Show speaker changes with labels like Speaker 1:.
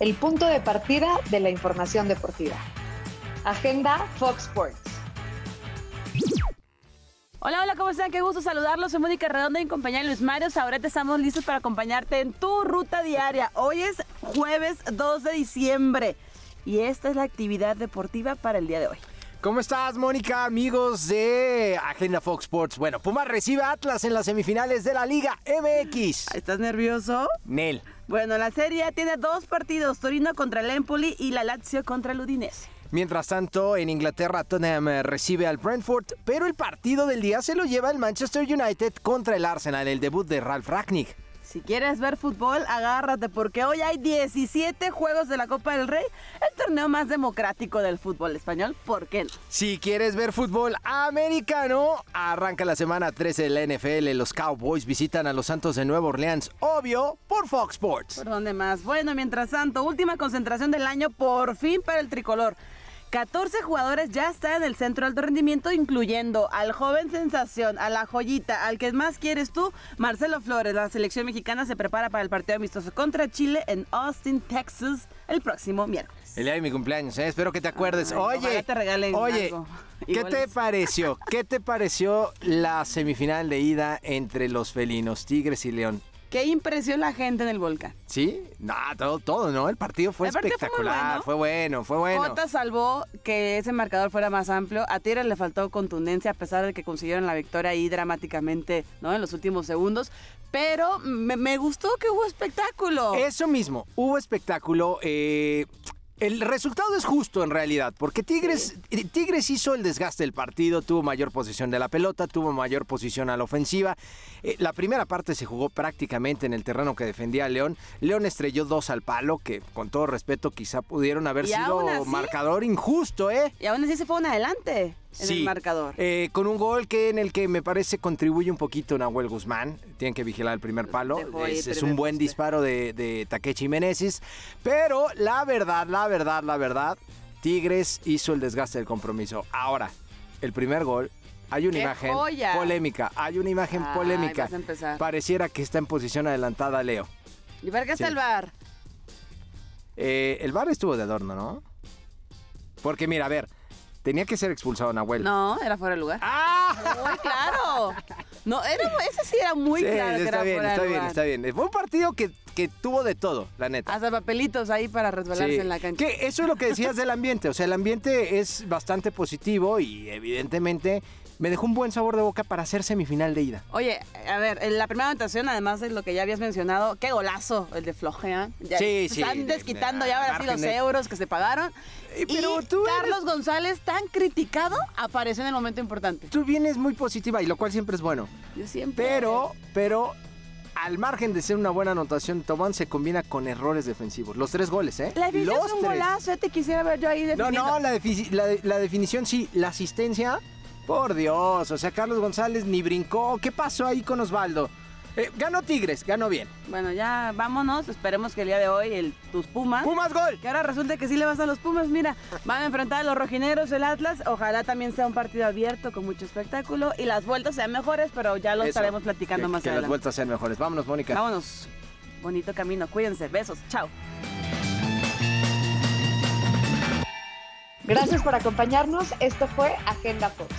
Speaker 1: el punto de partida de la información deportiva. Agenda Fox Sports.
Speaker 2: Hola, hola, ¿cómo están? Qué gusto saludarlos. Soy Mónica Redonda y mi compañera Luis Mario Saurete. Estamos listos para acompañarte en tu ruta diaria. Hoy es jueves 2 de diciembre y esta es la actividad deportiva para el día de hoy.
Speaker 3: ¿Cómo estás, Mónica? Amigos de Agenda Fox Sports. Bueno, Pumas recibe a Atlas en las semifinales de la Liga MX.
Speaker 2: ¿Estás nervioso?
Speaker 3: Nel.
Speaker 2: Bueno, la serie A tiene dos partidos, Torino contra el Empoli y la Lazio contra el Udinese.
Speaker 3: Mientras tanto, en Inglaterra Tottenham eh, recibe al Brentford, pero el partido del día se lo lleva el Manchester United contra el Arsenal, el debut de Ralf Ragnick.
Speaker 2: Si quieres ver fútbol, agárrate porque hoy hay 17 juegos de la Copa del Rey, el torneo más democrático del fútbol español, ¿por qué no?
Speaker 3: Si quieres ver fútbol americano, arranca la semana 13 de la NFL. Los Cowboys visitan a los Santos de Nueva Orleans, obvio, por Fox Sports.
Speaker 2: ¿Por dónde más? Bueno, mientras tanto, última concentración del año por fin para el tricolor. 14 jugadores ya están en el centro de alto rendimiento, incluyendo al joven sensación, a la joyita, al que más quieres tú, Marcelo Flores. La selección mexicana se prepara para el partido amistoso contra Chile en Austin, Texas, el próximo miércoles.
Speaker 3: El día de mi cumpleaños, ¿eh? espero que te acuerdes.
Speaker 2: Ay,
Speaker 3: oye,
Speaker 2: ojalá te regalen
Speaker 3: oye,
Speaker 2: algo.
Speaker 3: ¿qué te
Speaker 2: Iguales.
Speaker 3: pareció? ¿Qué te pareció la semifinal de ida entre los felinos Tigres y León?
Speaker 2: ¿Qué impresión la gente en el volcán?
Speaker 3: ¿Sí? No, todo, todo, ¿no? El partido fue
Speaker 2: El partido fue muy
Speaker 3: espectacular,
Speaker 2: bueno.
Speaker 3: fue bueno, fue bueno.
Speaker 2: Cota salvó que ese marcador fuera más amplio. A Tigres le faltó contundencia a pesar de que consiguieron la victoria ahí dramáticamente, ¿no? En los últimos segundos. Pero me, me gustó que hubo espectáculo.
Speaker 3: Eso mismo, hubo espectáculo. eh, el resultado es justo en realidad, porque Tigres, Tigres hizo el desgaste del partido, tuvo mayor posición de la pelota, tuvo mayor posición a la ofensiva. Eh, la primera parte se jugó prácticamente en el terreno que defendía León. León estrelló dos al palo, que con todo respeto quizá pudieron haber
Speaker 2: Y
Speaker 3: sido
Speaker 2: aún así-
Speaker 3: marcador injusto, ¿eh?
Speaker 2: Y aún así se fueron adelante en el marcador.
Speaker 3: Eh, con un gol que en el que me parece contribuye un poquito Nahuel Guzmán. Tienen que vigilar el primer palo.
Speaker 2: Dejó ahí
Speaker 3: Es,
Speaker 2: el
Speaker 3: es
Speaker 2: primer
Speaker 3: un buen
Speaker 2: poste.
Speaker 3: disparo de, de Takechi Meneses. Pero la verdad, la verdad, la verdad, Tigres hizo el desgaste del compromiso. Ahora, el primer gol. Hay una
Speaker 2: ¡Qué
Speaker 3: imagen
Speaker 2: joya!
Speaker 3: polémica. Hay una imagen
Speaker 2: Ay,
Speaker 3: polémica.
Speaker 2: vas a empezar.
Speaker 3: Pareciera que está en posición adelantada Leo.
Speaker 2: ¿Y para qué está
Speaker 3: sí.
Speaker 2: el bar?
Speaker 3: Eh, el bar estuvo de adorno, ¿no? Porque mira, a ver, tenía que ser expulsado Nahuel.
Speaker 2: No, era fuera de lugar.
Speaker 3: ¡Ah!
Speaker 2: Muy claro. No, era, ese sí era muy
Speaker 3: Sí,
Speaker 2: claro que
Speaker 3: está
Speaker 2: era
Speaker 3: bien,
Speaker 2: fuera de
Speaker 3: está bien,
Speaker 2: lugar.
Speaker 3: está bien. Fue un partido que, que tuvo de todo, la neta.
Speaker 2: Hasta papelitos ahí para resbalarse
Speaker 3: Sí.
Speaker 2: en la cancha.
Speaker 3: Que eso es lo que decías del ambiente. O sea, el ambiente es bastante positivo y evidentemente me dejó un buen sabor de boca para hacer semifinal de ida.
Speaker 2: Oye, a ver, en la primera anotación, además de lo que ya habías mencionado, qué golazo el de Flojean. Ya
Speaker 3: Sí, sí,
Speaker 2: Están
Speaker 3: de-
Speaker 2: desquitando
Speaker 3: de-
Speaker 2: ya ahora sí
Speaker 3: margen
Speaker 2: los
Speaker 3: de-
Speaker 2: euros que se pagaron.
Speaker 3: Eh, pero
Speaker 2: y
Speaker 3: tú eres-
Speaker 2: Carlos González, tan criticado, apareció en el momento importante.
Speaker 3: Tú vienes muy positiva y lo cual siempre es bueno.
Speaker 2: Yo siempre.
Speaker 3: Pero, pero, al margen de ser una buena anotación, Tomán se combina con errores defensivos. Los tres goles, ¿eh?
Speaker 2: La definición
Speaker 3: Los
Speaker 2: es un
Speaker 3: tres.
Speaker 2: golazo, ya te quisiera ver yo ahí
Speaker 3: No,
Speaker 2: definiendo.
Speaker 3: no, la, defici- la de- la definición sí, la asistencia, por Dios, o sea, Carlos González ni brincó, ¿qué pasó ahí con Osvaldo? Eh, ganó Tigres, ganó bien.
Speaker 2: Bueno, ya vámonos. Esperemos que el día de hoy el, tus Pumas.
Speaker 3: Pumas gol.
Speaker 2: Que ahora resulta que sí le vas a los Pumas, mira, van a enfrentar a los rojineros del Atlas, ojalá también sea un partido abierto con mucho espectáculo y las vueltas sean mejores, pero ya lo
Speaker 3: Eso,
Speaker 2: estaremos platicando
Speaker 3: que,
Speaker 2: más
Speaker 3: Que las
Speaker 2: adelante.
Speaker 3: vueltas sean mejores. Vámonos, Mónica.
Speaker 2: Vámonos, bonito camino, cuídense, besos, chao.
Speaker 1: Gracias por acompañarnos. Esto fue Agenda Fox.